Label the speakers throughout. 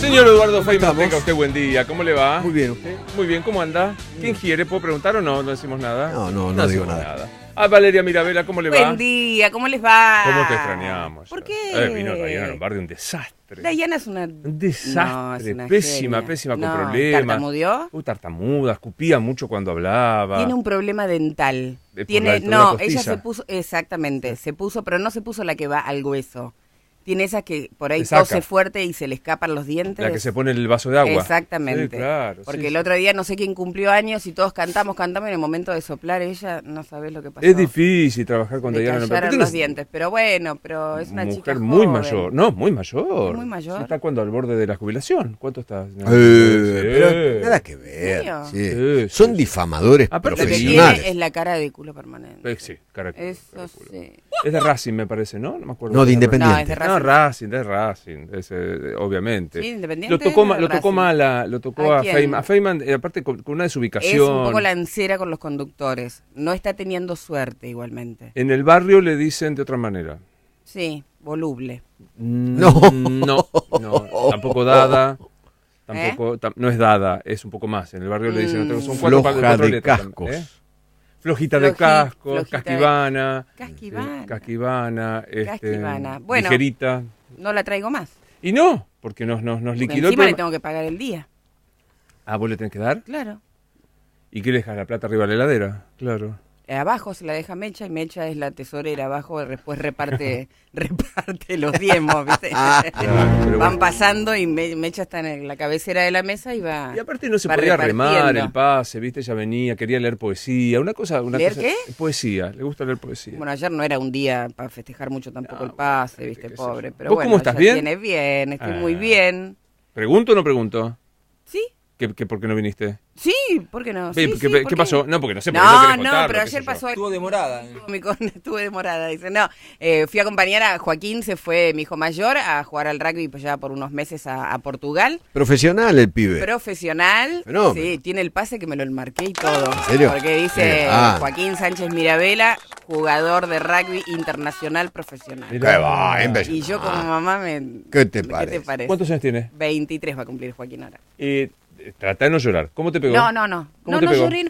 Speaker 1: Señor Eduardo Feynman,
Speaker 2: estamos?
Speaker 1: tenga usted buen día. ¿Cómo le va?
Speaker 2: Muy bien, ¿usted?
Speaker 1: Muy bien, ¿cómo anda? ¿Quién quiere? ¿Puedo preguntar o no? No decimos nada.
Speaker 2: No, no, no digo
Speaker 1: decimos
Speaker 2: nada.
Speaker 1: Ah, Valeria Mirabella, ¿cómo le va?
Speaker 3: Buen día, ¿cómo les va?
Speaker 1: ¿Cómo te extrañamos?
Speaker 3: ¿Por
Speaker 1: ya?
Speaker 3: qué?
Speaker 1: Eh, vino Dayana Lombardi, un desastre.
Speaker 3: Dayana es una...
Speaker 1: Un
Speaker 3: No, es
Speaker 1: desastre.
Speaker 3: una
Speaker 1: pésima,
Speaker 3: genia.
Speaker 1: pésima, con
Speaker 3: No,
Speaker 1: problemas.
Speaker 3: ¿tartamudeó?
Speaker 1: Uh, tartamuda, escupía mucho cuando hablaba.
Speaker 3: Tiene un problema dental.
Speaker 1: De- por la-
Speaker 3: Tiene,
Speaker 1: por la
Speaker 3: no,
Speaker 1: postiza.
Speaker 3: ella se puso, exactamente, se puso, pero no se puso la que va al hueso. Tiene esas que por ahí
Speaker 1: Le saca.
Speaker 3: tose fuerte y se le escapan los dientes.
Speaker 1: La que se pone en el vaso de agua. Sí,
Speaker 3: Exactamente.
Speaker 1: claro.
Speaker 3: Porque
Speaker 1: sí,
Speaker 3: el
Speaker 1: sí.
Speaker 3: otro día no sé quién cumplió años y todos cantamos, cantamos y en el momento de soplar ella no sabes lo que pasó.
Speaker 1: Es difícil trabajar con
Speaker 3: Le
Speaker 1: Dayana Lombardi.
Speaker 3: callaron
Speaker 1: Tiene
Speaker 3: los
Speaker 1: una-
Speaker 3: dientes, pero bueno, pero es una
Speaker 1: mujer
Speaker 3: chica
Speaker 1: muy
Speaker 3: joven.
Speaker 1: mayor. No, muy mayor.
Speaker 3: Es muy mayor.
Speaker 1: Sí, está cuando al borde de la jubilación. ¿Cuánto está?
Speaker 2: Eh,
Speaker 1: Sí.
Speaker 2: pero nada que ver.
Speaker 3: ¿En
Speaker 2: sí.
Speaker 1: Sí, sí,
Speaker 2: Son
Speaker 1: sí.
Speaker 2: difamadores
Speaker 1: Aparte
Speaker 3: Lo que
Speaker 2: profesionales.
Speaker 3: tiene es la cara de culo permanente.
Speaker 1: Eh, sí, caraculo,
Speaker 3: Eso
Speaker 1: caraculo.
Speaker 3: sí.
Speaker 1: Es de Racing, me parece, ¿no? No me acuerdo.
Speaker 2: No, de
Speaker 3: No, es
Speaker 2: Independiente.
Speaker 3: de
Speaker 1: No,
Speaker 3: Racing.
Speaker 1: Racing, de Racing, es, eh, obviamente.
Speaker 3: Sí, Independiente
Speaker 1: lo tocó, ma-
Speaker 3: de
Speaker 1: lo tocó
Speaker 3: Racing.
Speaker 1: mal, a, lo tocó
Speaker 3: ¿A
Speaker 1: a,
Speaker 3: quién?
Speaker 1: Feynman. A Feynman, eh, aparte, con, con una desubicación.
Speaker 3: Es un poco lancera con los conductores. No está teniendo suerte igualmente.
Speaker 1: En el barrio le dicen de otra manera.
Speaker 3: Sí, voluble.
Speaker 1: No. Mm, No, no, tampoco dada. Tampoco, tam- no es dada, es un poco más. En el barrio le dicen,
Speaker 3: ¿Eh? Mm.
Speaker 1: otra- son cuatro,
Speaker 2: Floja
Speaker 1: cuatro
Speaker 2: de
Speaker 1: letras,
Speaker 2: cascos.
Speaker 1: ¿eh? Flojita de
Speaker 3: Floji-
Speaker 1: cascos,
Speaker 3: flojita de-
Speaker 1: casquivana.
Speaker 3: Casquivana.
Speaker 1: eh, Casquivana, este,
Speaker 3: Casquivana. Bueno.
Speaker 1: ligerita.
Speaker 3: No la traigo más.
Speaker 1: Y no, porque nos, nos, nos
Speaker 3: Porque
Speaker 1: liquidó el
Speaker 3: encima le
Speaker 1: problema.
Speaker 3: tengo que pagar el día.
Speaker 1: Ah, vos le tenés que dar.
Speaker 3: Claro.
Speaker 1: ¿Y qué le dejas la plata arriba de la heladera? Claro.
Speaker 3: Eh, Abajo se la deja Mecha y Mecha es la tesorera. Abajo después reparte reparte los diezmos. ¿viste?
Speaker 1: Ah, pero
Speaker 3: Van
Speaker 1: bueno.
Speaker 3: pasando y Me- Mecha está en la cabecera de la mesa y va.
Speaker 1: Y aparte no se
Speaker 3: va
Speaker 1: podía remar
Speaker 3: repartiendo.
Speaker 1: el pase, viste, ella venía, quería leer poesía, una cosa, una
Speaker 3: ¿Leer
Speaker 1: cosa-
Speaker 3: qué?
Speaker 1: poesía, le gusta leer poesía.
Speaker 3: Bueno, ayer no era un día para festejar mucho tampoco el
Speaker 1: bueno,
Speaker 3: pase,
Speaker 1: viste,
Speaker 3: viste,
Speaker 1: qué sé
Speaker 3: pobre.
Speaker 1: yo.
Speaker 3: Pero
Speaker 1: ¿Vos
Speaker 3: bueno,
Speaker 1: cómo estás,
Speaker 3: ya
Speaker 1: bien?
Speaker 3: Tiene bien, estoy
Speaker 1: Ah.
Speaker 3: muy bien.
Speaker 1: ¿Pregunto o no pregunto?
Speaker 3: ¿Sí?
Speaker 1: ¿Qué, qué, por qué no viniste?
Speaker 3: Sí, ¿por qué no?
Speaker 1: Ve,
Speaker 3: Sí,
Speaker 1: ¿Qué,
Speaker 3: sí,
Speaker 1: qué
Speaker 3: ¿por qué?
Speaker 1: pasó? No, porque no sé, porque no,
Speaker 3: No,
Speaker 1: querés
Speaker 3: no,
Speaker 1: contarlo,
Speaker 3: pero
Speaker 1: qué sé
Speaker 3: ayer
Speaker 1: yo.
Speaker 3: pasó
Speaker 4: Estuvo demorada. eh.
Speaker 3: Estuvo mi con- estuve demorada, dice. No, eh, fui a acompañar a Joaquín, se fue mi hijo mayor a jugar al rugby pues, ya por unos meses a, a Portugal.
Speaker 2: Profesional el pibe.
Speaker 3: Profesional.
Speaker 2: Fenómeno.
Speaker 3: Sí, tiene el pase que me lo enmarqué y todo.
Speaker 2: ¿En serio?
Speaker 3: Porque dice
Speaker 2: Sí. Ah.
Speaker 3: Joaquín Sánchez Mirabela, jugador de rugby internacional profesional.
Speaker 1: Mirá.
Speaker 2: Qué va, imbécil.
Speaker 3: Y yo como mamá me...
Speaker 2: Ah. ¿Qué te parece?
Speaker 1: ¿Cuántos años tiene?
Speaker 3: 23 va a cumplir Joaquín ahora.
Speaker 1: Eh, trata de no llorar. ¿Cómo te pegó?
Speaker 3: No, no, no.
Speaker 1: ¿Cómo
Speaker 3: No,
Speaker 1: te
Speaker 3: no
Speaker 1: pegó?
Speaker 3: lloré.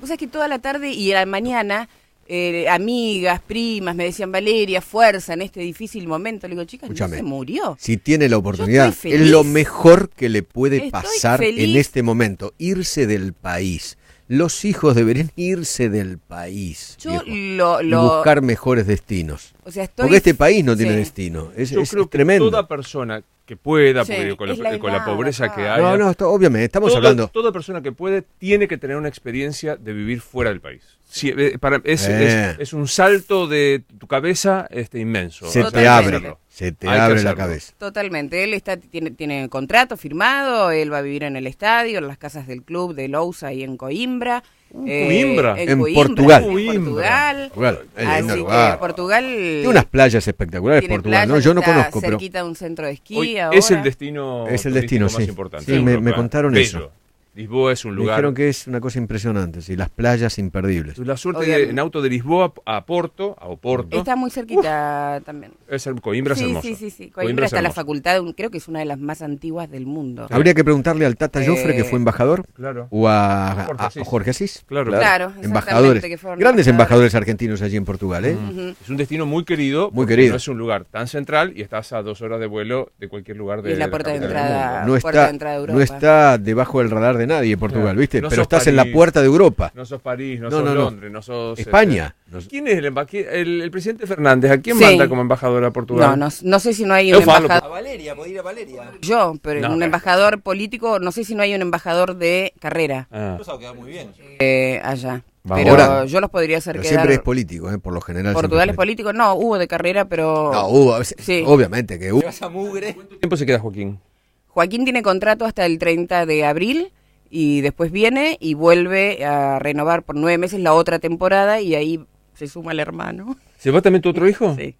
Speaker 3: Vos sabés que toda la tarde y a la mañana, eh, amigas, primas, me decían, Valeria, fuerza en este difícil momento. Le digo, chicas, no
Speaker 2: Escúchame.
Speaker 3: se murió.
Speaker 2: Si tiene la oportunidad,
Speaker 3: estoy
Speaker 2: es
Speaker 3: feliz.
Speaker 2: lo mejor que le puede
Speaker 3: Estoy
Speaker 2: pasar en
Speaker 3: feliz.
Speaker 2: este momento. Irse del país. Los hijos deberían irse del país.
Speaker 3: Yo
Speaker 2: viejo,
Speaker 3: lo,
Speaker 2: y
Speaker 3: lo-
Speaker 2: buscar mejores destinos.
Speaker 3: O sea, estoy...
Speaker 2: Porque este país no tiene
Speaker 3: Sí.
Speaker 2: destino. Es,
Speaker 1: Yo
Speaker 2: es
Speaker 1: creo que
Speaker 2: tremendo.
Speaker 1: toda persona que pueda,
Speaker 3: Sí,
Speaker 1: porque con la, eh,
Speaker 3: es la
Speaker 1: con la
Speaker 3: edad,
Speaker 1: pobreza que
Speaker 3: claro.
Speaker 1: hay,
Speaker 2: No, no, esto- obviamente, estamos
Speaker 1: toda,
Speaker 2: hablando.
Speaker 1: toda persona que puede tiene que tener una experiencia de vivir fuera del país. Sí, eh, para- es,
Speaker 2: Eh.
Speaker 1: es- es un salto de tu cabeza este, inmenso.
Speaker 2: Se te
Speaker 1: Hay que
Speaker 3: Totalmente.
Speaker 2: abre,
Speaker 1: hacerlo.
Speaker 2: se te
Speaker 1: Hay que
Speaker 2: abre la
Speaker 1: hacerlo.
Speaker 2: cabeza.
Speaker 3: Totalmente. Él está tiene, tiene contrato firmado, él va a vivir en el estadio, en las casas del club de Lousa y en Coimbra.
Speaker 1: Coimbra.
Speaker 2: En
Speaker 3: Coimbra,
Speaker 2: Portugal.
Speaker 3: En Portugal.
Speaker 2: Portugal, es
Speaker 3: Así
Speaker 2: lindo
Speaker 3: que
Speaker 2: lugar.
Speaker 3: Portugal...
Speaker 2: Tiene unas playas espectaculares
Speaker 3: Eh, tiene
Speaker 2: Portugal,
Speaker 3: playa,
Speaker 2: ¿no? Yo no
Speaker 3: está
Speaker 2: conozco, pero
Speaker 3: cerquita de un centro de esquí
Speaker 1: Hoy
Speaker 3: ahora.
Speaker 1: es el destino
Speaker 2: Es el destino,
Speaker 1: turístico más
Speaker 2: sí.
Speaker 1: importante
Speaker 2: Sí,
Speaker 1: de
Speaker 2: me-
Speaker 1: Europa.
Speaker 2: me contaron
Speaker 1: Bello.
Speaker 2: eso.
Speaker 1: Lisboa es un
Speaker 2: me
Speaker 1: lugar.
Speaker 2: dijeron que es una cosa impresionante, sí, las playas imperdibles.
Speaker 1: La suerte de-
Speaker 3: Obviamente.
Speaker 1: en auto de Lisboa a Porto, a Oporto,
Speaker 3: Está muy cerquita también.
Speaker 1: es her- Coimbra es
Speaker 3: sí,
Speaker 1: hermoso.
Speaker 3: sí, sí, sí. Coimbra,
Speaker 1: es
Speaker 3: está la
Speaker 1: hermoso.
Speaker 3: facultad, un- creo que es una de las más antiguas del mundo.
Speaker 2: Habría que preguntarle al Tata Joffre, que
Speaker 3: Eh,
Speaker 2: fue embajador,
Speaker 1: Claro.
Speaker 2: o a,
Speaker 1: Jorge
Speaker 2: a-
Speaker 1: Asís.
Speaker 2: a Jorge Asís.
Speaker 1: Claro.
Speaker 3: Claro, exactamente,
Speaker 2: embajadores.
Speaker 3: que fueron
Speaker 2: Grandes
Speaker 3: embajadores. Mm.
Speaker 2: embajadores argentinos allí en Portugal, ¿eh?
Speaker 3: Ujú.
Speaker 1: Es un destino muy querido.
Speaker 2: Muy
Speaker 1: porque
Speaker 2: querido.
Speaker 1: No es un lugar tan central y estás a dos horas de vuelo de cualquier lugar de
Speaker 3: Y es la puerta de
Speaker 1: capital del
Speaker 3: entrada.
Speaker 1: mundo.
Speaker 2: No
Speaker 3: puerta de
Speaker 2: está,
Speaker 3: entrada de
Speaker 2: no
Speaker 3: Europa.
Speaker 2: está debajo del radar de nadie Portugal,
Speaker 1: Claro.
Speaker 2: ¿viste?
Speaker 1: No
Speaker 2: Pero
Speaker 1: sos
Speaker 2: estás en la
Speaker 1: París.
Speaker 2: puerta de Europa.
Speaker 1: No sos París, no,
Speaker 2: No,
Speaker 1: sos
Speaker 2: no, no.
Speaker 1: Londres, no sos...
Speaker 2: España.
Speaker 1: este, ¿Quién es el, emba- qui- el- el presidente Fernández? ¿A quién
Speaker 3: Sí.
Speaker 1: manda como embajador a Portugal?
Speaker 3: No, no, no sé si no hay
Speaker 1: Yo
Speaker 3: un
Speaker 1: falo,
Speaker 3: embajador.
Speaker 4: A Valeria, podía ir a Valeria.
Speaker 3: Yo, pero
Speaker 1: No,
Speaker 3: un
Speaker 1: pero-
Speaker 3: embajador político, no sé si no hay un embajador de carrera
Speaker 1: Ah.
Speaker 4: Eso va a quedar muy bien.
Speaker 3: eh, allá.
Speaker 1: Vamos.
Speaker 3: Pero
Speaker 2: Ahora-
Speaker 3: yo los podría hacer
Speaker 2: Pero
Speaker 3: quedar.
Speaker 2: siempre es político, ¿eh? Por lo general.
Speaker 3: Portugal es
Speaker 2: siempre
Speaker 3: político, no, hubo de carrera, pero
Speaker 2: No, hubo,
Speaker 3: Sí.
Speaker 2: obviamente que uh,
Speaker 4: Te
Speaker 2: hubo.
Speaker 4: vas a mugre.
Speaker 1: ¿Cuánto tiempo se queda Joaquín?
Speaker 3: Joaquín tiene contrato hasta el 30 de abril y después viene y vuelve a renovar por nueve meses la otra temporada y ahí se suma el hermano.
Speaker 1: ¿Se va también tu otro hijo?
Speaker 3: Sí,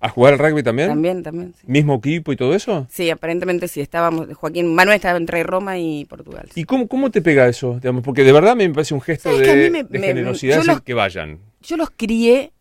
Speaker 1: ¿A jugar al rugby también?
Speaker 3: también, también. Sí.
Speaker 1: ¿Mismo equipo y todo eso?
Speaker 3: Sí, aparentemente sí, estábamos, Joaquín, Manuel estaba entre Roma y Portugal. sí.
Speaker 1: ¿Y cómo, cómo te pega eso? Digamos, porque de verdad me parece un gesto
Speaker 3: ¿Sabes que a mí
Speaker 1: de,
Speaker 3: me-
Speaker 1: de
Speaker 3: me-
Speaker 1: generosidad
Speaker 3: yo
Speaker 1: decir
Speaker 3: los-
Speaker 1: que vayan.
Speaker 3: Yo los crié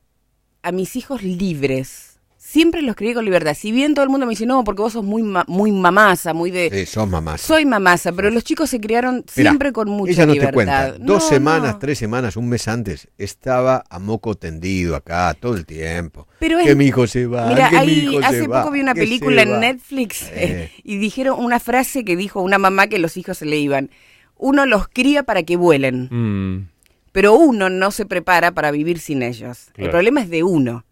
Speaker 3: a mis hijos libres, siempre los crié con libertad. Si bien todo el mundo me dice, no, porque vos sos muy, ma- muy mamasa, muy de...
Speaker 2: Sí, sos mamá.
Speaker 3: Soy mamasa, pero los chicos se criaron siempre con mucha
Speaker 2: Ella no
Speaker 3: libertad.
Speaker 2: te cuenta. Dos
Speaker 3: No,
Speaker 2: semanas,
Speaker 3: no.
Speaker 2: tres semanas, un mes antes, estaba a moco tendido acá todo el tiempo.
Speaker 3: Pero es-
Speaker 2: que mi hijo se va.
Speaker 3: Mira,
Speaker 2: que mi
Speaker 3: ahí
Speaker 2: hijo se
Speaker 3: hace
Speaker 2: va,
Speaker 3: poco vi una
Speaker 2: que se
Speaker 3: película
Speaker 2: va.
Speaker 3: en Netflix
Speaker 2: Eh.
Speaker 3: y dijeron una frase que dijo una mamá que los hijos se le iban. Uno los cría para que vuelen,
Speaker 1: Mm,
Speaker 3: pero uno no se prepara para vivir sin ellos. El
Speaker 1: Claro.
Speaker 3: problema es de uno.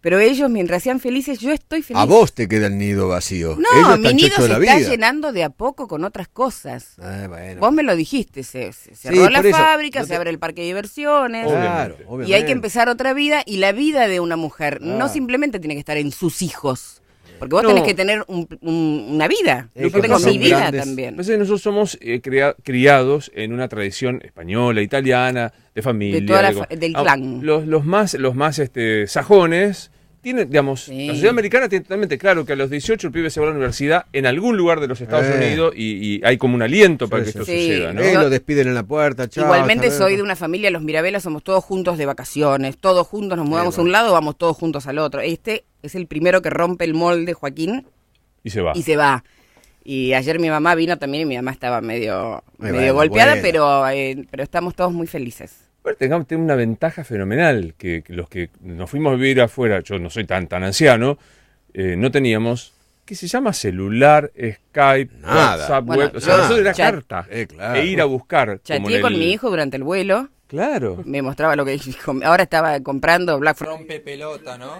Speaker 3: Pero ellos, mientras sean felices, yo estoy feliz.
Speaker 2: A vos te queda el nido vacío.
Speaker 3: No,
Speaker 2: Ellos
Speaker 3: mi
Speaker 2: están
Speaker 3: nido
Speaker 2: chochos
Speaker 3: se
Speaker 2: de la
Speaker 3: está
Speaker 2: vida.
Speaker 3: llenando de a poco con otras cosas.
Speaker 2: Ah, bueno.
Speaker 3: Vos me lo dijiste, se, se cerró la
Speaker 2: por eso.
Speaker 3: fábrica,
Speaker 2: No
Speaker 3: se
Speaker 2: te-
Speaker 3: abre el parque de diversiones.
Speaker 2: Claro,
Speaker 1: Obviamente.
Speaker 2: obviamente. Ah.
Speaker 3: Y hay que empezar otra vida y la vida de una mujer no
Speaker 2: Claro.
Speaker 3: simplemente tiene que estar en sus hijos. Porque vos
Speaker 1: No.
Speaker 3: tenés que tener un- un- una vida.
Speaker 2: Eh,
Speaker 3: Yo
Speaker 1: que
Speaker 3: tengo
Speaker 1: pasa
Speaker 3: mi
Speaker 1: son
Speaker 3: vida
Speaker 2: grandes-
Speaker 3: también.
Speaker 1: Pasa que nosotros somos eh, cria- criados en una tradición española, italiana, de familia.
Speaker 3: De toda la
Speaker 1: co-
Speaker 3: fa- del
Speaker 1: Ah,
Speaker 3: clan.
Speaker 1: Los, los más, los más este, sajones tienen, digamos,
Speaker 3: Sí.
Speaker 1: la sociedad americana tiene totalmente claro que a los 18 el pibe se va a la universidad en algún lugar de los Estados
Speaker 2: Eh.
Speaker 1: Unidos y, y hay como un aliento para
Speaker 2: Sí,
Speaker 1: que
Speaker 2: sí.
Speaker 1: esto
Speaker 3: Sí.
Speaker 1: suceda, ¿no?
Speaker 2: Eh,
Speaker 3: Yo-
Speaker 2: lo despiden en la puerta, chao,
Speaker 3: Igualmente
Speaker 2: hasta luego.
Speaker 3: soy de una familia, los Mirabella somos todos juntos de vacaciones, todos juntos nos mudamos a un lado, vamos todos juntos al otro. Este es el primero que rompe el molde, Joaquín,
Speaker 1: Y se va.
Speaker 3: y se va. Y ayer mi mamá vino también y mi mamá estaba medio,
Speaker 2: Muy
Speaker 3: medio
Speaker 2: bueno,
Speaker 3: golpeada,
Speaker 2: bueno.
Speaker 3: pero, eh, pero estamos todos muy felices.
Speaker 1: Pero tengamos, tengo una ventaja fenomenal, que, que los que nos fuimos a vivir afuera, yo no soy tan, tan anciano, eh, no teníamos, que se llama celular, Skype,
Speaker 2: Nada.
Speaker 1: WhatsApp,
Speaker 3: Bueno,
Speaker 1: web, o sea,
Speaker 2: nada.
Speaker 1: nosotros era
Speaker 3: Chat-
Speaker 1: carta,
Speaker 2: Eh, claro.
Speaker 1: e ir a buscar. como en
Speaker 3: Chateé
Speaker 1: el-
Speaker 3: con mi hijo durante el vuelo,
Speaker 1: Claro.
Speaker 3: me mostraba lo que dijo. Ahora estaba comprando Black Friday.
Speaker 4: Rompe pelota, ¿no?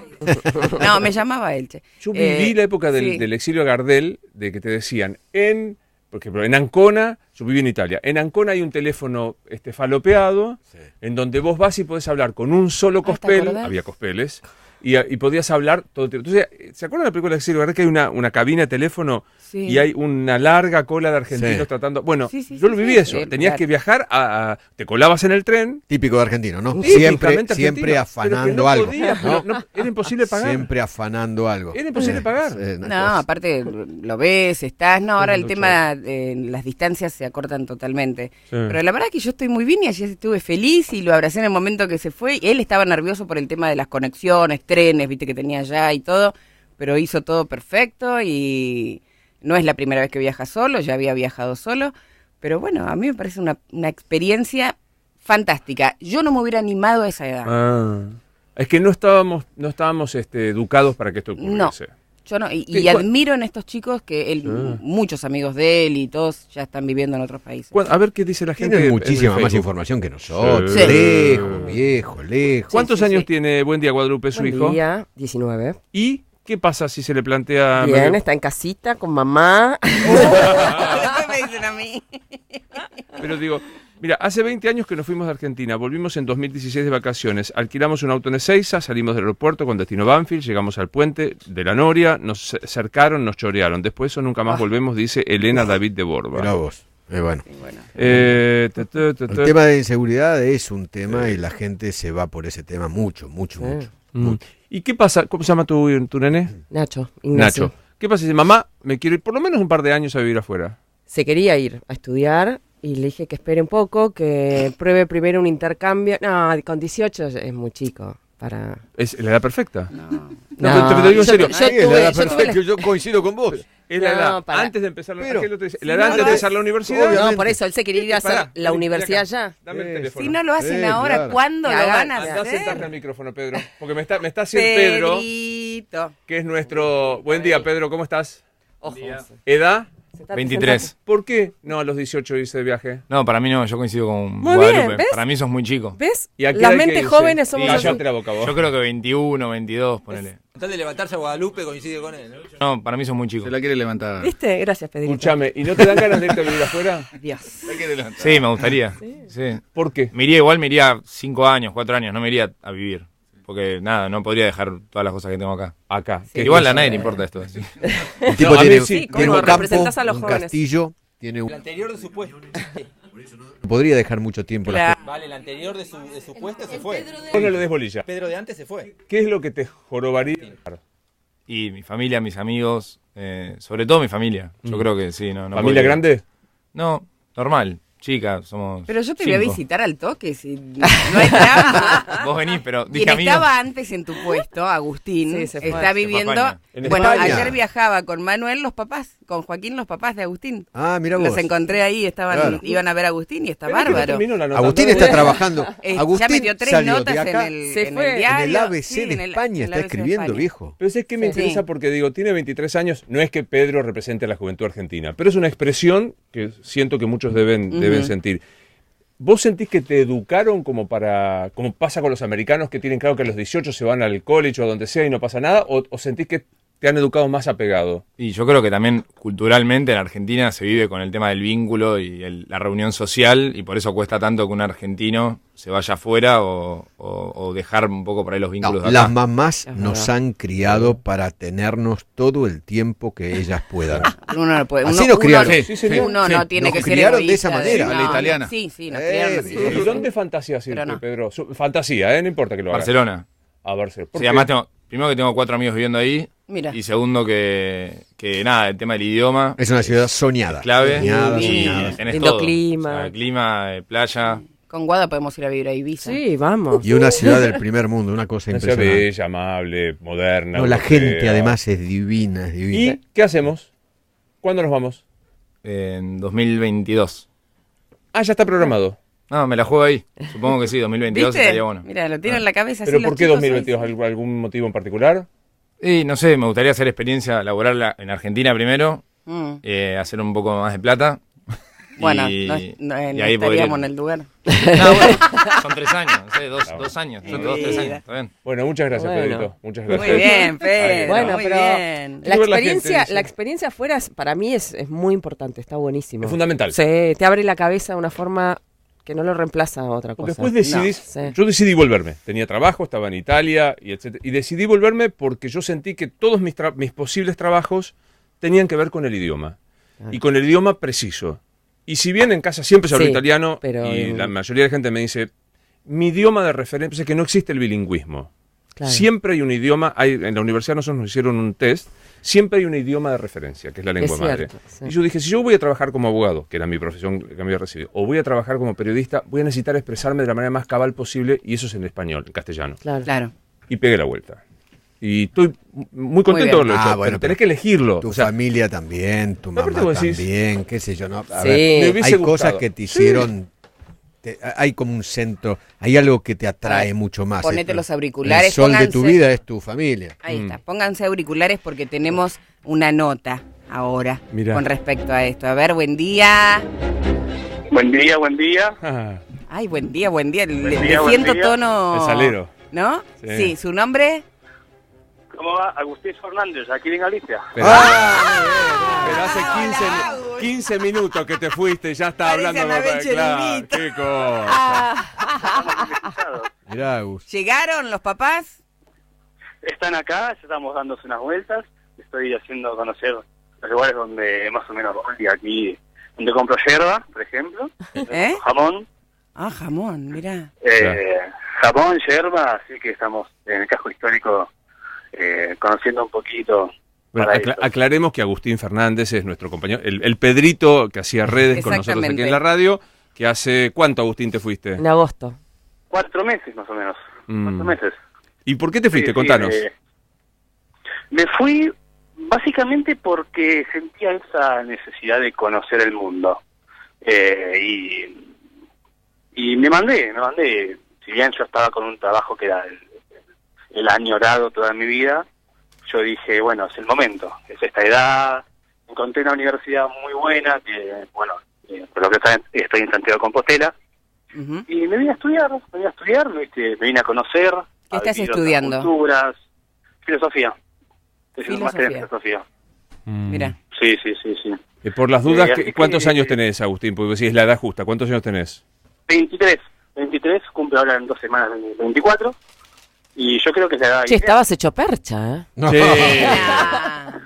Speaker 3: No, me llamaba él. che.
Speaker 1: Yo
Speaker 3: Eh,
Speaker 1: viví la época del,
Speaker 3: sí.
Speaker 1: del exilio a Gardel, de que te decían, en, por ejemplo, en Ancona, yo viví en Italia, en Ancona hay un teléfono este, falopeado, en donde vos vas y podés hablar con un solo
Speaker 3: ¿te
Speaker 1: cospel,
Speaker 3: acordás?
Speaker 1: había cospeles, y, eh, y podías hablar todo el tiempo. Entonces, eh, ¿se acuerdan de la película del exilio a Gardel que hay una, una cabina de teléfono
Speaker 3: Sí.
Speaker 1: y hay una larga cola de argentinos
Speaker 2: Sí.
Speaker 1: tratando? Bueno,
Speaker 3: Sí, sí,
Speaker 1: yo
Speaker 3: sí,
Speaker 1: lo viví
Speaker 3: sí.
Speaker 1: eso,
Speaker 3: Sí,
Speaker 1: tenías
Speaker 3: claro.
Speaker 1: que viajar, a- a- te colabas en el tren,
Speaker 2: Típico de argentino, ¿no? Siempre,
Speaker 1: Típicamente
Speaker 2: siempre
Speaker 1: argentino, pero que
Speaker 2: afanando
Speaker 1: no
Speaker 2: algo.
Speaker 1: podía,
Speaker 2: ¿no?
Speaker 1: pero no- era imposible pagar.
Speaker 2: Siempre afanando algo.
Speaker 1: Era imposible
Speaker 2: Eh,
Speaker 1: pagar.
Speaker 2: eh, una
Speaker 3: No,
Speaker 2: cosa.
Speaker 3: aparte lo ves, estás. No, ahora el
Speaker 1: Todo
Speaker 3: tema de eh, las distancias se acortan totalmente.
Speaker 1: Sí.
Speaker 3: Pero la verdad es que yo estoy muy bien y ayer estuve feliz y lo abracé en el momento que se fue. Y él estaba nervioso por el tema de las conexiones, trenes, viste que tenía allá y todo. Pero hizo todo perfecto y no es la primera vez que viaja solo, ya había viajado solo. Pero bueno, a mí me parece una, una experiencia fantástica. Yo no me hubiera animado a esa edad.
Speaker 1: Ah. Es que no estábamos, no estábamos este, educados para que esto
Speaker 3: No.
Speaker 1: ocurriese.
Speaker 3: Yo no, y,
Speaker 1: Sí,
Speaker 3: y
Speaker 1: cua-
Speaker 3: admiro en estos chicos que él, m- muchos amigos de él y todos ya están viviendo en otros países.
Speaker 1: Cuán- A ver qué dice la gente.
Speaker 2: Tienen
Speaker 1: en
Speaker 2: muchísima
Speaker 1: el
Speaker 2: más
Speaker 1: Facebook.
Speaker 2: información que nosotros.
Speaker 1: Sí.
Speaker 2: Lejos, viejo, lejos.
Speaker 1: ¿Cuántos
Speaker 5: Sí, sí,
Speaker 1: años
Speaker 5: sí.
Speaker 1: tiene Buen Día Guadalupe su
Speaker 5: Buen
Speaker 1: hijo?
Speaker 5: día, 19.
Speaker 1: ¿Y qué pasa si se le plantea...
Speaker 5: Bien, está en casita con mamá.
Speaker 3: Eso me dicen a mí.
Speaker 1: Pero digo, mira, hace 20 años que nos fuimos de Argentina, volvimos en 2016 de vacaciones, alquilamos un auto en Ezeiza, salimos del aeropuerto con destino Banfield, llegamos al puente de la Noria, nos ce- cercaron, nos chorearon, después eso
Speaker 5: Ah.
Speaker 1: nunca más volvemos, dice Elena David de
Speaker 2: Mirá
Speaker 1: Borba.
Speaker 2: vos. Eh, bueno.
Speaker 1: Eh, ta, ta, ta, ta.
Speaker 2: El tema de inseguridad es un tema y la gente se va por ese tema mucho, mucho, mucho.
Speaker 1: Mm. ¿Y qué pasa? ¿Cómo se llama tu, tu nene?
Speaker 5: Nacho, Ignacio.
Speaker 1: Nacho. ¿Qué pasa si dice, mamá, me quiero ir por lo menos un par de años a vivir afuera?
Speaker 5: Se quería ir a estudiar y le dije que espere un poco, que pruebe primero un intercambio. No, con 18 es muy chico para...
Speaker 1: Es la edad perfecta. No,
Speaker 5: No,
Speaker 1: pero te, te lo digo en
Speaker 5: Ah. yo-
Speaker 1: serio.
Speaker 5: yo- Ahí es la tuve- edad yo tuve perfecta,
Speaker 2: yo coincido con vos.
Speaker 1: es la
Speaker 5: no,
Speaker 1: edad
Speaker 5: para-
Speaker 1: antes de empezar la,
Speaker 2: Pero-
Speaker 1: ¿qué lo te dice? la edad antes de
Speaker 2: no,
Speaker 1: empezar la universidad.
Speaker 5: No, por eso, él se quería ir a hacer
Speaker 1: Pará,
Speaker 5: la
Speaker 1: vení,
Speaker 5: universidad
Speaker 1: acá.
Speaker 5: ya.
Speaker 1: Dame el
Speaker 2: Sí.
Speaker 1: teléfono.
Speaker 3: Si no lo hacen
Speaker 2: Sí,
Speaker 3: ahora,
Speaker 2: claro.
Speaker 3: ¿cuándo
Speaker 5: Claá,
Speaker 3: lo van
Speaker 1: Andá
Speaker 3: a
Speaker 1: a sentarte al
Speaker 3: hacer?
Speaker 1: micrófono, Pedro, porque me está, me está haciendo Pedro,
Speaker 3: Pedrito.
Speaker 1: que es nuestro... Buen día, Pedro, ¿cómo estás?
Speaker 5: Ojo.
Speaker 1: ¿Edad?
Speaker 5: Sentate,
Speaker 6: 23.
Speaker 1: ¿Por qué no a los 18 irse de viaje?
Speaker 6: No, para mí no, yo coincido con
Speaker 5: Muy
Speaker 6: Guadalupe.
Speaker 5: bien, ¿ves?
Speaker 6: Para mí sos muy chico.
Speaker 5: ¿Ves?
Speaker 1: ¿Y a qué edad
Speaker 5: Las
Speaker 1: hay que
Speaker 5: mentes
Speaker 1: irse?
Speaker 5: jóvenes somos
Speaker 1: Y
Speaker 6: así.
Speaker 1: cállate la boca vos.
Speaker 6: Yo creo que 21, 22, ponele.
Speaker 4: Con tal de levantarse a Guadalupe coincide con él. ¿no?
Speaker 6: No, para mí sos muy chico.
Speaker 7: Se la quiere levantar.
Speaker 5: ¿Viste? Gracias, Pedrito.
Speaker 1: Escuchame, ¿y no te dan ganas de irte a vivir afuera?
Speaker 5: Dios.
Speaker 6: Sí, me gustaría. Sí.
Speaker 1: ¿Por qué?
Speaker 6: Me iría igual, me iría 5 años, 4 años, no me iría a vivir. Porque nada, no podría dejar todas las cosas que tengo acá.
Speaker 1: Acá. ¿Qué
Speaker 6: igual a
Speaker 1: cosa?
Speaker 6: nadie le importa esto. sí.
Speaker 2: El tipo
Speaker 1: No, a mí
Speaker 2: tiene,
Speaker 1: sí,
Speaker 2: tiene
Speaker 5: ¿cómo
Speaker 2: un campo,
Speaker 5: representás a los
Speaker 2: un
Speaker 5: jóvenes?
Speaker 2: castillo, tiene
Speaker 4: El
Speaker 2: un-
Speaker 4: anterior de su puesto.
Speaker 2: podría dejar mucho tiempo la
Speaker 3: Claro.
Speaker 4: Vale, el anterior de su, de su puesto se fue.
Speaker 1: Vos no le des bolilla.
Speaker 4: Pedro de antes se fue.
Speaker 1: ¿Qué es lo que te jorobaría?
Speaker 6: Y mi familia, mis
Speaker 7: Mm.
Speaker 6: amigos, eh, sobre todo mi familia. Yo creo que sí, no. no
Speaker 1: ¿Familia
Speaker 6: podría.
Speaker 1: grande?
Speaker 6: No, normal. chicas, somos.
Speaker 3: Pero yo te voy a
Speaker 6: cinco.
Speaker 3: visitar al toque, si no hay trampa.
Speaker 6: Vos venís, pero dije
Speaker 3: Quien
Speaker 6: amigos.
Speaker 3: estaba antes en tu puesto, Agustín,
Speaker 5: Sí, se fue. Se
Speaker 3: está
Speaker 5: fue
Speaker 3: viviendo.
Speaker 6: España.
Speaker 2: En
Speaker 3: Bueno,
Speaker 2: España.
Speaker 3: ayer viajaba con Manuel los papás, con Joaquín los papás de Agustín.
Speaker 2: Ah, mira vos.
Speaker 3: Los encontré ahí, estaban,
Speaker 2: Claro.
Speaker 3: iban a ver a Agustín y está
Speaker 1: Pero es que no
Speaker 3: bárbaro.
Speaker 1: terminó la nota,
Speaker 2: Agustín
Speaker 1: ¿no?
Speaker 2: está trabajando.
Speaker 3: Eh,
Speaker 2: Agustín
Speaker 3: ya metió tres
Speaker 2: salió
Speaker 3: notas
Speaker 2: de acá,
Speaker 3: en, el,
Speaker 5: Se
Speaker 3: en
Speaker 5: fue.
Speaker 3: el
Speaker 5: En el
Speaker 3: diario.
Speaker 2: en el ABC
Speaker 3: sí, en
Speaker 2: de
Speaker 3: el-
Speaker 2: España
Speaker 3: en el
Speaker 2: está
Speaker 3: ABC de
Speaker 2: escribiendo,
Speaker 3: España.
Speaker 2: viejo.
Speaker 1: Pero es que me
Speaker 3: Sí.
Speaker 1: interesa porque digo, tiene 23 años, no es que Pedro represente a la juventud argentina, pero es una expresión que siento que muchos deben, deben
Speaker 3: Ujú.
Speaker 1: sentir. ¿Vos sentís que te educaron como para, como pasa con los americanos que tienen claro que a los 18 se van al college o a donde sea y no pasa nada? ¿O, o sentís que te han educado más apegado?
Speaker 6: Y yo creo que también culturalmente en Argentina se vive con el tema del vínculo y el- la reunión social, y por eso cuesta tanto que un argentino se vaya afuera o, o- o dejar un poco por ahí los
Speaker 2: No,
Speaker 6: vínculos de acá.
Speaker 2: las mamás
Speaker 5: Es
Speaker 2: nos
Speaker 5: verdad.
Speaker 2: han criado para tenernos todo el tiempo que ellas puedan.
Speaker 3: Uno no puede.
Speaker 2: Así
Speaker 3: uno-
Speaker 2: nos criaron.
Speaker 3: Uno,
Speaker 1: Sí, señor.
Speaker 3: uno
Speaker 2: Sí,
Speaker 3: no tiene
Speaker 2: nos
Speaker 3: que ser
Speaker 2: criaron de
Speaker 3: egoísta
Speaker 2: esa manera.
Speaker 3: no,
Speaker 7: A la
Speaker 3: no,
Speaker 7: italiana.
Speaker 3: sí, sí, nos
Speaker 2: Eh,
Speaker 3: criaron así.
Speaker 2: bien.
Speaker 1: ¿Y dónde fantasía
Speaker 3: Pero no.
Speaker 1: Pedro? Su- Fantasía, ¿eh? No importa que lo haga.
Speaker 6: Barcelona.
Speaker 1: A Barcelona. ¿Por
Speaker 6: Sí,
Speaker 1: qué?
Speaker 6: además tengo- primero que tengo cuatro amigos viviendo ahí.
Speaker 3: Mira.
Speaker 6: Y segundo que, que nada, el tema del idioma
Speaker 2: Es una ciudad soñada.
Speaker 6: clave.
Speaker 2: Soñada,
Speaker 6: y
Speaker 2: soñada.
Speaker 6: tenés
Speaker 5: Lindo
Speaker 6: todo.
Speaker 5: clima.
Speaker 6: O sea, clima, eh, playa.
Speaker 3: Con Guada podemos ir a vivir a Ibiza.
Speaker 5: Sí, vamos.
Speaker 2: Y una ciudad del primer mundo, una cosa
Speaker 1: Una ciudad
Speaker 2: impresionante.
Speaker 1: bella, amable, moderna.
Speaker 2: No, la
Speaker 1: europea.
Speaker 2: gente además es divina, es divina.
Speaker 1: ¿Y qué hacemos? ¿Cuándo nos vamos?
Speaker 6: eh, En 2022.
Speaker 1: Ah, ya está programado.
Speaker 6: No, me la juego ahí. Supongo que sí, 2022
Speaker 3: ¿Viste?
Speaker 6: estaría bueno.
Speaker 3: Mira, lo tiene en la cabeza.
Speaker 1: ¿Pero
Speaker 3: así
Speaker 1: por
Speaker 3: los
Speaker 1: qué
Speaker 3: chicos hoy.
Speaker 1: 2022? ¿Alg- ¿Algún motivo en particular?
Speaker 6: Y no sé, me gustaría hacer experiencia laboral la- en Argentina primero,
Speaker 3: Mm.
Speaker 6: eh, hacer un poco más de plata.
Speaker 3: Bueno,
Speaker 6: y,
Speaker 3: no, es- no-
Speaker 6: y
Speaker 3: no
Speaker 6: ahí poder ir.
Speaker 3: estaríamos en el lugar.
Speaker 6: No, bueno, son tres años, no sé, dos, dos años, son
Speaker 3: Mi
Speaker 6: dos, tres
Speaker 3: vida.
Speaker 6: años, está bien.
Speaker 1: Bueno, muchas gracias,
Speaker 5: Bueno.
Speaker 1: Pedrito. Muchas
Speaker 3: Muy
Speaker 1: gracias.
Speaker 3: bien, Pedro.
Speaker 5: Bueno,
Speaker 3: muy
Speaker 5: pero
Speaker 3: bien.
Speaker 5: la
Speaker 1: Quiero ver la gente,
Speaker 5: experiencia, la,
Speaker 1: dice.
Speaker 5: experiencia afuera es- para mí es, es muy importante, está buenísimo.
Speaker 1: Es fundamental.
Speaker 5: Sí, te abre la cabeza de una forma que no lo reemplaza a otra cosa.
Speaker 1: Después decidís,
Speaker 5: No, sí.
Speaker 1: yo decidí volverme. Tenía trabajo, estaba en Italia y etcétera. Y decidí volverme porque yo sentí que todos mis, tra- mis posibles trabajos tenían que ver con el idioma y con el idioma preciso. Y si bien en casa siempre se habla
Speaker 5: Ah. Sí,
Speaker 1: italiano
Speaker 5: pero
Speaker 1: y
Speaker 5: en-
Speaker 1: la mayoría de la gente me dice mi idioma de referencia es que no existe el bilingüismo.
Speaker 5: Claro.
Speaker 1: Siempre hay un idioma, hay- en la universidad nosotros nos hicieron un test, siempre hay un idioma de referencia, que es la
Speaker 5: Es
Speaker 1: lengua madre.
Speaker 5: cierto, sí.
Speaker 1: Y yo dije, si yo voy a trabajar como abogado, que era mi profesión que me había recibido, o voy a trabajar como periodista, voy a necesitar expresarme de la manera más cabal posible, y eso es en español, en castellano.
Speaker 5: Claro.
Speaker 3: Claro.
Speaker 1: Y pegué la vuelta. Y estoy muy contento
Speaker 3: bien.
Speaker 1: de lo hecho,
Speaker 2: Ah,
Speaker 1: pero
Speaker 2: bueno,
Speaker 1: tenés
Speaker 2: pero
Speaker 1: que elegirlo.
Speaker 2: Tu
Speaker 1: o sea,
Speaker 2: familia también, tu
Speaker 1: No, pero
Speaker 2: mamá
Speaker 1: te vos decís-
Speaker 2: también, qué sé yo. No, A
Speaker 5: Sí.
Speaker 2: ver,
Speaker 1: me hubiese
Speaker 2: hay cosas
Speaker 1: gustado.
Speaker 2: que te hicieron... te- hay como un centro, hay algo que te atrae
Speaker 3: ver,
Speaker 2: mucho más.
Speaker 3: ponete
Speaker 2: Eh,
Speaker 3: los auriculares,
Speaker 2: El sol de tu
Speaker 3: pónganse-
Speaker 2: vida es tu familia.
Speaker 3: Ahí
Speaker 1: Mm.
Speaker 3: está. Pónganse auriculares porque tenemos una nota ahora
Speaker 1: Mirá.
Speaker 3: con respecto a esto. A ver, buen día.
Speaker 8: Buen día, buen día.
Speaker 1: ah,
Speaker 3: Ay, buen día, buen día. Le,
Speaker 8: día,
Speaker 3: le
Speaker 8: buen
Speaker 3: siento
Speaker 8: día.
Speaker 3: tono.
Speaker 1: El salero.
Speaker 3: ¿No?
Speaker 1: Sí.
Speaker 3: Sí. ¿su nombre?
Speaker 8: ¿Cómo va? Agustín Fernández, aquí en Galicia.
Speaker 1: pero,
Speaker 2: Ah.
Speaker 1: pero
Speaker 3: Hola,
Speaker 1: hace 15,
Speaker 3: Agus.
Speaker 1: 15 minutos que te fuiste y ya está
Speaker 3: Parece
Speaker 1: hablando
Speaker 3: Anabel
Speaker 1: claro,
Speaker 3: Chelomito.
Speaker 1: qué cosa.
Speaker 2: Mirá, Agus.
Speaker 3: ¿Llegaron los papás?
Speaker 8: Están acá, ya estamos dándose unas vueltas. Estoy haciendo conocer los lugares donde más o menos voy aquí, donde compro yerba, por ejemplo,
Speaker 3: ¿Eh?
Speaker 8: jamón,
Speaker 3: Ah, jamón, mirá.
Speaker 8: eh, jamón, yerba, así que estamos en el casco histórico eh, conociendo un poquito.
Speaker 1: Bueno,
Speaker 8: para
Speaker 1: acla-
Speaker 8: esto.
Speaker 1: aclaremos que Agustín Fernández es nuestro compañero, el, el Pedrito que hacía redes con nosotros aquí en
Speaker 3: Exactamente.
Speaker 1: la radio, que hace cuánto Agustín te fuiste.
Speaker 5: En agosto.
Speaker 8: Cuatro meses más o menos.
Speaker 1: Mm.
Speaker 8: Cuatro meses.
Speaker 1: ¿Y por qué te fuiste?
Speaker 8: Sí, sí,
Speaker 1: Contanos.
Speaker 8: eh, me fui básicamente porque sentía esa necesidad de conocer el mundo. Eh, y, y me mandé, me mandé. Si bien yo estaba con un trabajo que era el, el añorado toda mi vida, yo dije, bueno, es el momento, es esta edad. Encontré una universidad muy buena, que, bueno, eh, por lo que saben, estoy en Santiago de Compostela.
Speaker 3: Ujú.
Speaker 8: Y me vine a estudiar, me vine a estudiar, ¿viste? me vine a conocer.
Speaker 3: ¿Qué
Speaker 8: a
Speaker 3: estás
Speaker 8: vivir otras
Speaker 3: estudiando?
Speaker 8: Culturas, filosofía. Estoy haciendo un máster en
Speaker 3: Filosofía.
Speaker 8: filosofía.
Speaker 1: Mm.
Speaker 3: Mirá.
Speaker 8: Sí, sí, sí, sí.
Speaker 1: Eh, por las dudas,
Speaker 8: eh,
Speaker 1: ¿qué-
Speaker 8: así
Speaker 1: ¿cuántos
Speaker 8: que-
Speaker 1: años tenés, Agustín? Porque si es la edad justa, ¿cuántos años tenés?
Speaker 8: 23, 23, cumple ahora en dos semanas 24. Y yo creo que se da
Speaker 5: Che, estabas hecho percha, ¿eh?
Speaker 2: No.
Speaker 1: Sí.
Speaker 3: Ah,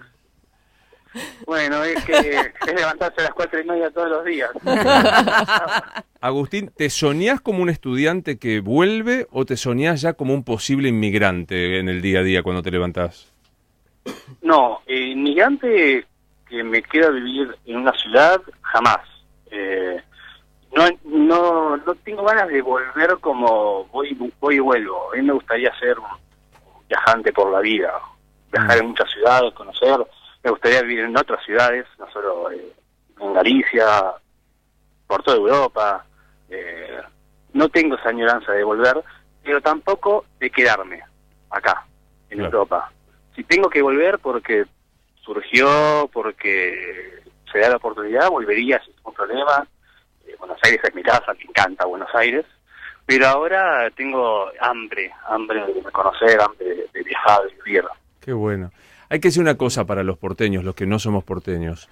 Speaker 8: Bueno, es que es levantarse a las cuatro y media todos los días.
Speaker 1: Agustín, ¿te soñás como un estudiante que vuelve o te soñás ya como un posible inmigrante en el día a día cuando te levantás?
Speaker 8: No, eh, inmigrante que me queda vivir en una ciudad, jamás. Eh, no, no, no tengo ganas de volver como voy, voy y vuelvo. A mí me gustaría ser un viajante por la vida, viajar en muchas ciudades, conocer. Me gustaría vivir en otras ciudades, no solo eh, en Galicia, por toda Europa. Eh, no tengo esa añoranza de volver, pero tampoco de quedarme acá, en
Speaker 1: Claro.
Speaker 8: Europa. Si tengo que volver porque surgió, porque se da la oportunidad, volvería sin ningún problema. Eh, Buenos Aires es mi casa, me encanta Buenos Aires. Pero ahora tengo hambre, hambre de conocer, hambre de, de viajar, de vivir.
Speaker 1: Qué bueno. Hay que decir una cosa para los porteños, los que no somos porteños.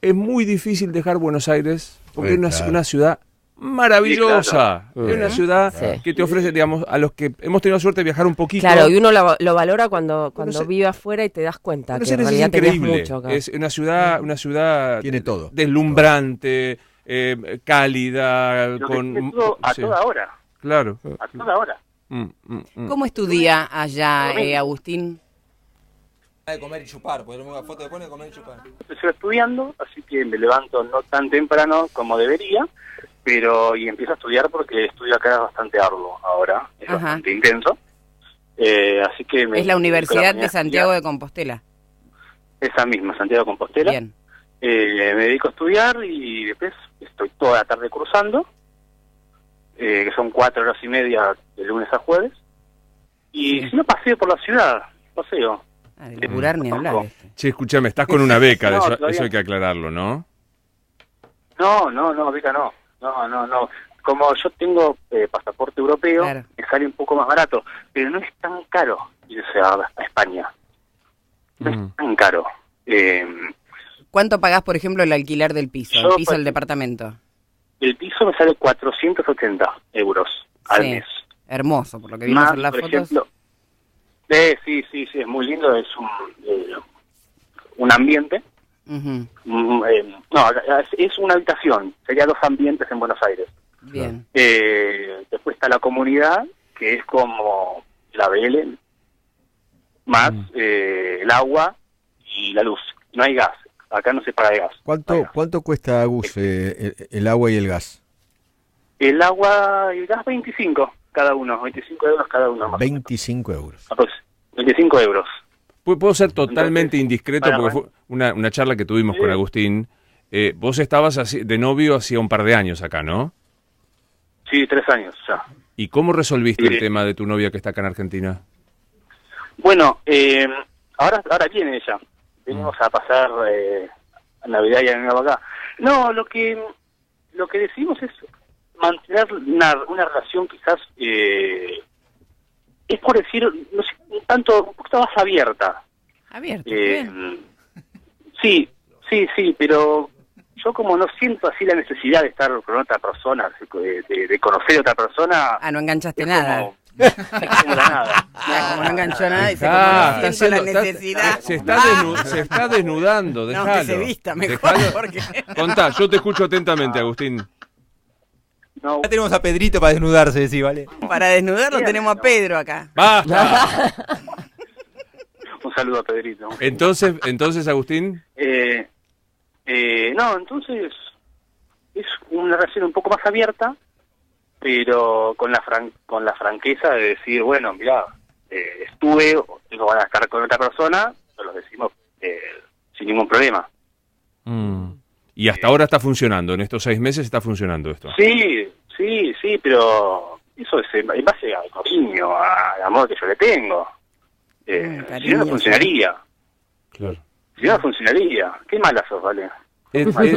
Speaker 1: Es muy difícil dejar Buenos Aires porque
Speaker 2: Sí,
Speaker 1: es una,
Speaker 2: claro.
Speaker 1: una ciudad maravillosa.
Speaker 2: Sí, claro.
Speaker 1: Es una ciudad
Speaker 5: Sí.
Speaker 1: que te ofrece, digamos, a los que hemos tenido la suerte de viajar un poquito.
Speaker 5: Claro, y uno lo, lo valora cuando, cuando
Speaker 1: Buenos Aires-
Speaker 5: vive afuera y te das cuenta
Speaker 1: Buenos
Speaker 5: que en
Speaker 1: Aires es
Speaker 5: realidad tenías
Speaker 1: increíble.
Speaker 5: mucho acá.
Speaker 1: Es una ciudad, una ciudad
Speaker 2: Tiene todo.
Speaker 1: deslumbrante, eh, cálida,
Speaker 8: Lo que
Speaker 1: con
Speaker 8: es todo a
Speaker 1: sí,
Speaker 8: toda hora, Ah.
Speaker 1: Claro.
Speaker 8: a toda hora.
Speaker 1: Mm, mm, mm.
Speaker 3: ¿Cómo es tu día allá, eh, Agustín?
Speaker 4: de comer y chupar, porque una foto que pone de comer y chupar.
Speaker 8: Estoy estudiando, así que me levanto no tan temprano como debería, pero y empiezo a estudiar porque estudio acá bastante arduo ahora, es
Speaker 3: Ajá.
Speaker 8: bastante intenso. Eh, así que me-
Speaker 3: Es la Universidad de Santiago
Speaker 8: de...
Speaker 3: de Compostela.
Speaker 8: Esa misma, Santiago de Compostela.
Speaker 3: Bien.
Speaker 8: Eh, me dedico a estudiar y después estoy toda la tarde cursando, eh, que son cuatro horas y media de lunes a jueves. Y si no paseo por la ciudad, paseo.
Speaker 3: Ah, de laburar ni hablar. este.
Speaker 1: Che, escúchame, estás con una beca,
Speaker 8: No,
Speaker 1: eso, eso
Speaker 8: todavía
Speaker 1: hay que aclararlo, ¿no?
Speaker 8: No, no, no, Vika, no. No, no, no. Como yo tengo eh, pasaporte europeo,
Speaker 3: Claro.
Speaker 8: me sale un poco más barato, pero no es tan caro irse a, a España. No
Speaker 1: Mm.
Speaker 8: es tan caro. Eh,
Speaker 3: ¿Cuánto pagás, por ejemplo, el alquiler del piso?
Speaker 8: Yo,
Speaker 3: El piso
Speaker 8: pues,
Speaker 3: del departamento.
Speaker 8: el piso me sale 480 euros al
Speaker 3: Sí.
Speaker 8: mes.
Speaker 3: Hermoso, por lo que vimos
Speaker 8: más,
Speaker 3: en las
Speaker 8: por
Speaker 3: fotos.
Speaker 8: ejemplo. Eh, sí, sí, sí, es muy lindo, es un, eh, un ambiente.
Speaker 3: Ujú,
Speaker 8: Mm, eh, no, acá- es- es una habitación, sería dos ambientes en Buenos Aires.
Speaker 3: Bien.
Speaker 8: Eh, después está la comunidad, que es como la BL, más eh, el agua y la luz. No hay gas, acá no se paga de gas. No hay
Speaker 2: ¿Cuánto,
Speaker 8: gas.
Speaker 2: cuánto cuesta, Agus, eh, el, el agua y el gas?
Speaker 8: El agua y el gas 25 cada uno, 25 euros cada uno. Más o menos.
Speaker 2: 25 euros.
Speaker 8: Aprox- 25 euros.
Speaker 1: Pu- Puedo ser totalmente
Speaker 8: Entonces,
Speaker 1: indiscreto
Speaker 8: para,
Speaker 1: porque fue
Speaker 8: bueno.
Speaker 1: una, una charla que tuvimos
Speaker 8: Sí.
Speaker 1: con Agustín. Eh, vos estabas así- de novio hacía un par de años acá, ¿no?
Speaker 8: Sí, tres años ya.
Speaker 1: ¿Y cómo resolviste el
Speaker 8: Sí.
Speaker 1: tema de tu novia que está acá en Argentina?
Speaker 8: Bueno, eh, ahora ahora viene ella. Venimos a pasar eh, Navidad y Año Nuevo acá. No, lo que lo que decimos es mantener una, una relación quizás eh, es por decir no sé, un tanto un poquito más abierta.
Speaker 3: Abierto.
Speaker 8: Eh,
Speaker 3: bien.
Speaker 8: sí, sí, sí, pero yo como no siento así la necesidad de estar con otra persona, de, de- de conocer a otra persona.
Speaker 3: Ah, no enganchaste
Speaker 8: es
Speaker 3: nada.
Speaker 8: como- es como la nada.
Speaker 3: Ah, como no enganchó nada, dice,
Speaker 1: Ah,
Speaker 3: como no
Speaker 1: está
Speaker 3: siento la
Speaker 1: haciendo- está-
Speaker 3: necesidad. Ah.
Speaker 1: se, está desnu- se está desnudando,
Speaker 3: No,
Speaker 1: déjalo.
Speaker 3: que se vista mejor,
Speaker 1: Dejalo.
Speaker 3: porque...
Speaker 1: Contá, yo te escucho atentamente, Agustín.
Speaker 8: No,
Speaker 4: Ya tenemos a Pedrito para desnudarse, decís, ¿vale?
Speaker 3: Para desnudarlo tenemos a Pedro acá.
Speaker 1: ¡Basta!
Speaker 8: un saludo a Pedrito.
Speaker 1: Entonces, entonces Agustín,
Speaker 8: Eh, eh, no, entonces es una relación un poco más abierta, pero con la fran- con la franqueza de decir, bueno, mira, estuve, o no van a estar con otra persona, se lo decimos eh, sin ningún problema.
Speaker 1: mm, y hasta ahora está funcionando, en estos seis meses está funcionando esto.
Speaker 8: Sí, sí, sí, pero eso es en en base al cariño, a- al amor que yo le tengo. Eh,
Speaker 3: Mm,
Speaker 8: si no, no
Speaker 3: cariño,
Speaker 8: funcionaría.
Speaker 1: Claro. Eh,
Speaker 8: Si no, no funcionaría. Qué mala sos, ¿vale?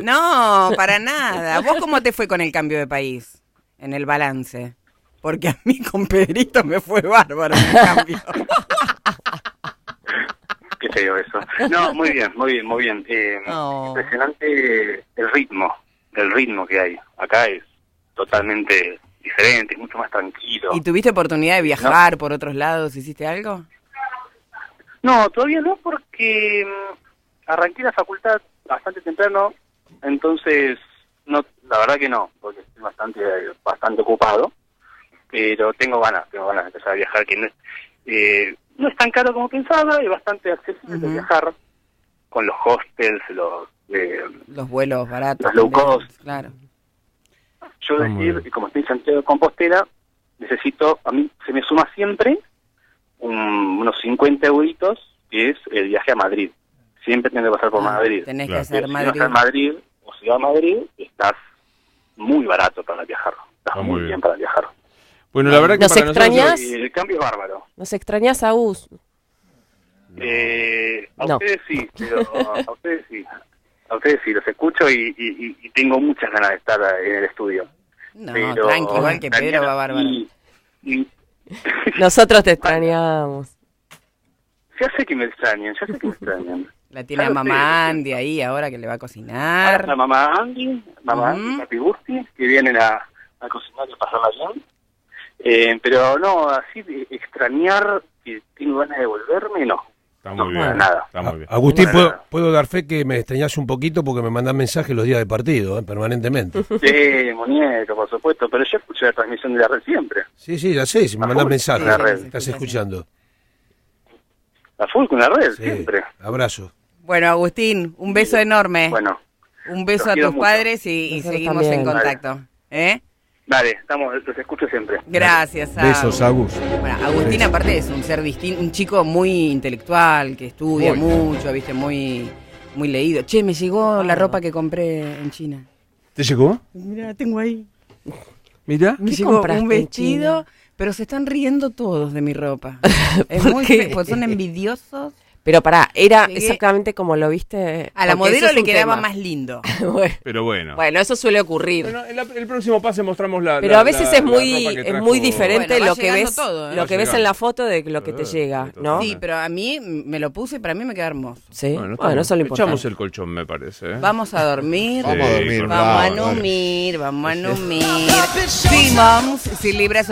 Speaker 3: No, para nada. ¿Vos cómo te fue con el cambio de país? En el balance. Porque a mí con Pedrito me fue bárbaro el cambio.
Speaker 8: Qué feo eso. No, muy bien, muy bien, muy bien. Eh,
Speaker 3: Oh.
Speaker 8: Impresionante el ritmo, el ritmo que hay. Acá es totalmente diferente, es mucho más tranquilo.
Speaker 3: ¿Y tuviste oportunidad de viajar por otros lados? ¿Hiciste algo?
Speaker 8: No, todavía no, porque mm, arranqué la facultad bastante temprano, entonces no, la verdad que no, porque estoy bastante, bastante ocupado, pero tengo ganas, tengo ganas de empezar a viajar, que no es, eh, no es tan caro como pensaba, es bastante accesible
Speaker 3: Ujú.
Speaker 8: viajar con los hostels, los eh,
Speaker 3: Los vuelos baratos.
Speaker 8: Los low
Speaker 3: también,
Speaker 8: cost.
Speaker 3: Claro.
Speaker 8: yo
Speaker 1: Ah, muy
Speaker 8: decir,
Speaker 1: bien.
Speaker 8: y como estoy en Santiago de Compostela, necesito, a mí se me suma siempre un- unos 50 euritos, que es el viaje a Madrid. Siempre tengo que pasar por
Speaker 3: Ah,
Speaker 8: Madrid.
Speaker 3: Tenés
Speaker 1: Claro.
Speaker 3: que hacer
Speaker 8: Si no
Speaker 3: Madrid.
Speaker 8: estás en Madrid o Ciudad de Madrid, estás muy barato para viajar. Estás
Speaker 1: Ah, muy
Speaker 8: muy
Speaker 1: bien.
Speaker 8: bien. para viajar.
Speaker 1: Bueno, la verdad que
Speaker 5: Nos
Speaker 1: para nosotros-
Speaker 5: extrañás.
Speaker 3: Pues-
Speaker 8: Y el cambio es bárbaro.
Speaker 5: Nos extrañas a Us.
Speaker 8: Eh, a
Speaker 5: No.
Speaker 8: ustedes sí, pero a ustedes sí. A ustedes sí, los escucho y, y- y- y tengo muchas ganas de estar en el estudio.
Speaker 3: No,
Speaker 8: Pero
Speaker 3: tranqui, igual que Pedro
Speaker 8: mañana
Speaker 3: va bárbaro.
Speaker 8: Y, y
Speaker 5: Nosotros te extrañamos.
Speaker 8: ya sé que me extrañan, ya sé que me extrañan.
Speaker 3: La tiene a
Speaker 8: Claro,
Speaker 3: mamá
Speaker 8: sí.
Speaker 3: Andy ahí ahora que le va a
Speaker 8: Ahora la
Speaker 3: cocinar.
Speaker 8: mamá Andy, mamá
Speaker 3: Ujú.
Speaker 8: Andy, papi Gusti, que vienen a, a cocinar y a pasarla bien. Eh, pero no, así de extrañar que tengo ganas de volverme, no.
Speaker 1: Está
Speaker 8: No,
Speaker 1: muy bien.
Speaker 8: nada.
Speaker 1: Está muy
Speaker 2: Ah,
Speaker 1: bien.
Speaker 7: Agustín,
Speaker 8: Bueno,
Speaker 7: puedo,
Speaker 8: nada.
Speaker 7: puedo dar fe que me extrañas un poquito porque me mandan mensajes los días de partido, eh, permanentemente.
Speaker 8: Sí, muñeco, por supuesto, pero yo escucho la transmisión de la red siempre.
Speaker 7: Sí, sí, ya sé, si me
Speaker 8: A
Speaker 7: mandan
Speaker 8: full,
Speaker 7: mensajes,
Speaker 8: en la red.
Speaker 7: estás escuchando.
Speaker 8: La full con la red,
Speaker 7: Sí,
Speaker 8: siempre.
Speaker 7: abrazo.
Speaker 3: Bueno, Agustín, un beso enorme.
Speaker 8: Bueno,
Speaker 3: un beso
Speaker 8: los
Speaker 3: a
Speaker 8: quiero
Speaker 3: tus
Speaker 8: mucho.
Speaker 3: padres y, y
Speaker 5: Nosotros
Speaker 3: seguimos en
Speaker 5: también.
Speaker 3: contacto. ¿Eh?
Speaker 8: dale, estamos, los escucho siempre.
Speaker 3: Gracias, Agus.
Speaker 2: Besos, Agus.
Speaker 3: Bueno, Agustín aparte es un ser distinto, un chico muy intelectual, que estudia
Speaker 6: Muy.
Speaker 3: mucho, viste, muy, muy leído. Che, me llegó la ropa que compré en China.
Speaker 1: ¿Te llegó?
Speaker 3: Pues Mira, tengo ahí.
Speaker 1: Mira.
Speaker 3: Me
Speaker 5: ¿Qué
Speaker 3: llegó
Speaker 5: compraste
Speaker 3: un
Speaker 5: en
Speaker 3: vestido,
Speaker 5: China?
Speaker 3: pero se están riendo todos de mi ropa. es
Speaker 5: ¿Por
Speaker 3: muy
Speaker 5: qué?
Speaker 3: fe- porque son envidiosos.
Speaker 5: Pero pará, era
Speaker 3: Llegué-
Speaker 5: exactamente como lo viste.
Speaker 3: A la
Speaker 5: Porque eso
Speaker 3: modelo
Speaker 5: es
Speaker 3: le
Speaker 5: un
Speaker 3: quedaba
Speaker 5: tema.
Speaker 3: más lindo.
Speaker 5: bueno,
Speaker 1: Pero bueno.
Speaker 5: bueno, eso suele ocurrir.
Speaker 1: Bueno, en la- el próximo pase mostramos la.
Speaker 5: Pero
Speaker 1: la-
Speaker 5: a veces
Speaker 1: la-
Speaker 5: es
Speaker 1: la
Speaker 5: muy
Speaker 1: ropa que
Speaker 5: es
Speaker 1: trajo-
Speaker 5: muy diferente
Speaker 3: Bueno, va
Speaker 5: lo que
Speaker 3: llegando
Speaker 5: ves
Speaker 3: todo, ¿eh?
Speaker 5: lo
Speaker 1: Va
Speaker 5: que ves en
Speaker 1: llegando.
Speaker 5: la foto de lo que te
Speaker 1: Eh,
Speaker 5: llega,
Speaker 1: total.
Speaker 5: ¿no?
Speaker 1: Sí.
Speaker 5: Sí.
Speaker 3: Sí, pero a mí me lo puse, para mí me quedaron hermoso.
Speaker 1: Bueno,
Speaker 5: Bueno,
Speaker 1: está bien.
Speaker 5: eso es lo
Speaker 1: Echamos
Speaker 5: importante.
Speaker 1: el colchón, me parece. ¿eh?
Speaker 3: Vamos a dormir.
Speaker 1: Vamos a dormir,
Speaker 3: Vamos a
Speaker 2: vamos, dale.
Speaker 3: numir, vamos a numir. Sí, moms, si libras